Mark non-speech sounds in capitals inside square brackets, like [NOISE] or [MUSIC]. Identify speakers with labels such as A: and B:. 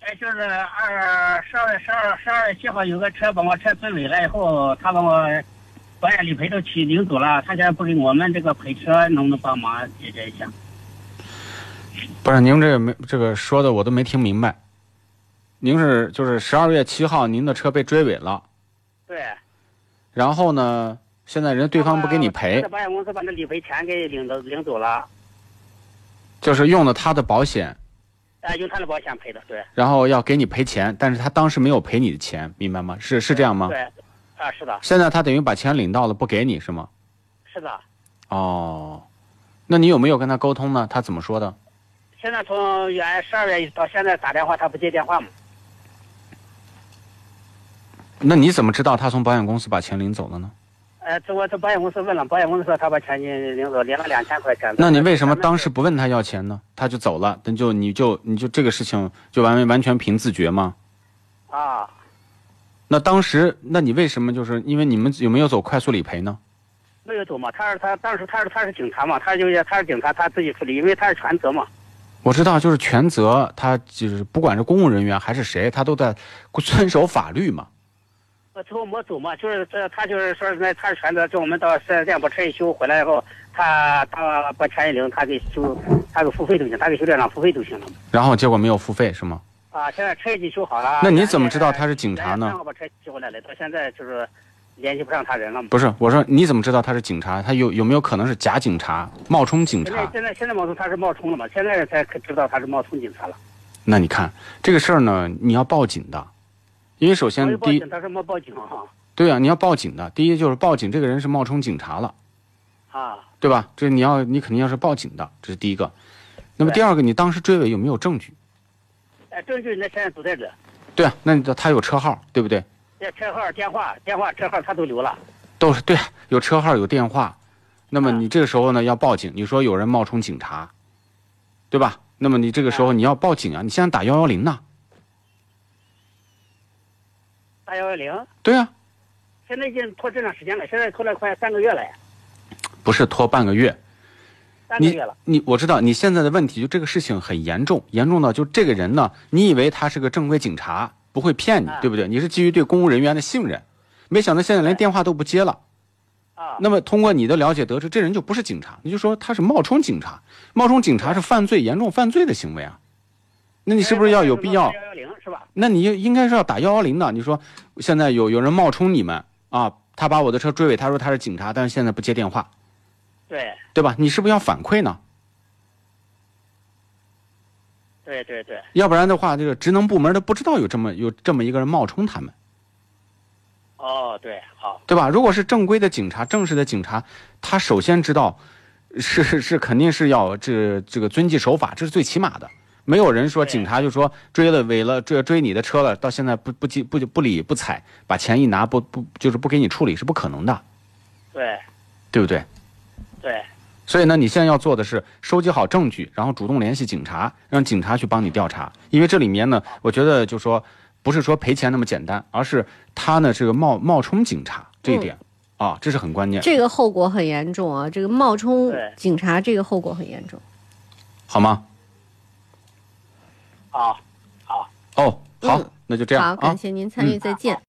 A: 哎，就是二十二月十二十二月七号有个车把我车追尾了以后，他把我保险理赔都起领走了，他现在不给我们这个赔车，能不能帮忙解决一下？
B: 不是您这个没这个说的我都没听明白，您是就是十二月七号您的车被追尾了，
A: 对，
B: 然后呢，现在人对方不给你赔
A: 这，保险公司把那理赔钱给领走领走了，
B: 就是用了他的保险，
A: 哎，用他的保险赔的，对，
B: 然后要给你赔钱，但是他当时没有赔你的钱，明白吗？是是这样吗？
A: 对，啊，是的，
B: 现在他等于把钱领到了不给你是吗？
A: 是的。
B: 哦，那你有没有跟他沟通呢？他怎么说的？
A: 现在从原十二月到现在打电话，他不接电话嘛？
B: 那你怎么知道他从保险公司把钱领走了呢？
A: 呃，这我这保险公司问了，保险公司说他把钱给领走，领了两千块钱。
B: 那你为什么当时不问他要钱呢？他就走了，那就你就你就这个事情就完完全凭自觉吗？
A: 啊？
B: 那当时，那你为什么就是因为你们有没有走快速理赔呢？
A: 没有走嘛，他是他当时他是他是警察嘛，他就是他是警察，他自己处理，因为他是全责嘛。
B: 我知道，就是全责，他就是不管是公务人员还是谁，他都在 [LAUGHS] 遵守法律嘛。
A: 呃，最后没走嘛，就是这他就是说那他是全责，就我们到四 S 店把车一修回来以后，他他把钱一领，他给修，他给付费就行，他给修车厂付费就行了嘛。
B: 然后结果没有付费是吗？
A: 啊，现在车已经修好了。
B: 那你怎么知道他是警察呢
A: 原来三号把车修回来了，到现在就是联系不上他人了嘛。
B: 不是，我说你怎么知道他是警察？他有有没有可能是假警察、冒充警
A: 现在
B: 察？
A: 现在现在冒充他是冒充了嘛，现在才知道他是冒充警察了。
B: 那你看这个事儿呢，你要报警的，因为首
A: 我
B: 先
A: 一报
B: 第一
A: 警，，他说没报警啊。
B: 对啊，你要报警的。第一就是报警，这个人是冒充警察了，
A: 啊，
B: 对吧？这你要你肯定要是报警的，这是第一个。那么
A: 对
B: 第二个，你当时追尾有没有证据？
A: 哎，证据那现在都在这。
B: 对啊，那你的他有车号，对不对？
A: 这车号、电话、电话、车号他都留了。
B: 都是对啊，有车号有电话。那么
A: 嗯
B: 你这个时候呢要报警，你说有人冒充警察，对吧？那么你这个时
A: 嗯
B: 候你要报警啊，你现在打幺幺零呐，
A: 八幺幺零，
B: 对啊，
A: 现在已经拖这么长时间了，现在拖了快三个月了呀，
B: 不是拖半个月，
A: 三个
B: 你
A: 月了。
B: 你我知道你现在的问题就这个事情很严重，严重到就这个人呢，你以为他是个正规警察，不会骗你
A: 嗯，
B: 对不对？你是基于对公务人员的信任，没想到现在连
A: 对
B: 电话都不接了。
A: 啊，
B: 那么通过你的了解得知，这人就不是警察，你就说他是冒充警察，冒充警察是犯罪严重犯罪的行为啊。哎那你是不是要有必要
A: 八？幺幺零是吧？
B: 那你应该是要打幺幺零的。你说现在有有人冒充你们啊，他把我的车追尾，他说他是警察，但是现在不接电话，
A: 对，
B: 对吧？你是不是要反馈呢？
A: 对对对，
B: 要不然的话，这个职能部门都不知道有这么有这么一个人冒充他们，
A: 哦对，好，
B: 对吧？如果是正规的警察、正式的警察，他首先知道是是是肯定是要这这个遵纪守法，这是最起码的。没有人说
A: 对
B: 警察就说追了尾了追追你的车了，到现在不不记不不理不睬，把钱一拿不不就是不给你处理是不可能的，
A: 对
B: 对不对？
A: 对，
B: 所以呢，你现在要做的是收集好证据，然后主动联系警察，让警察去帮你调查。因为这里面呢，我觉得就说不是说赔钱那么简单，而是他呢这个冒冒充警察这一点、啊，这是很关键。
C: 这个后果很严重啊，这个冒充
A: 对
C: 警察，这个后果很严重。
B: 好吗？
A: 好。
B: 哦，好，
C: 嗯
B: 那就这样
C: 好，
B: 啊
C: 感。谢您参与，再见。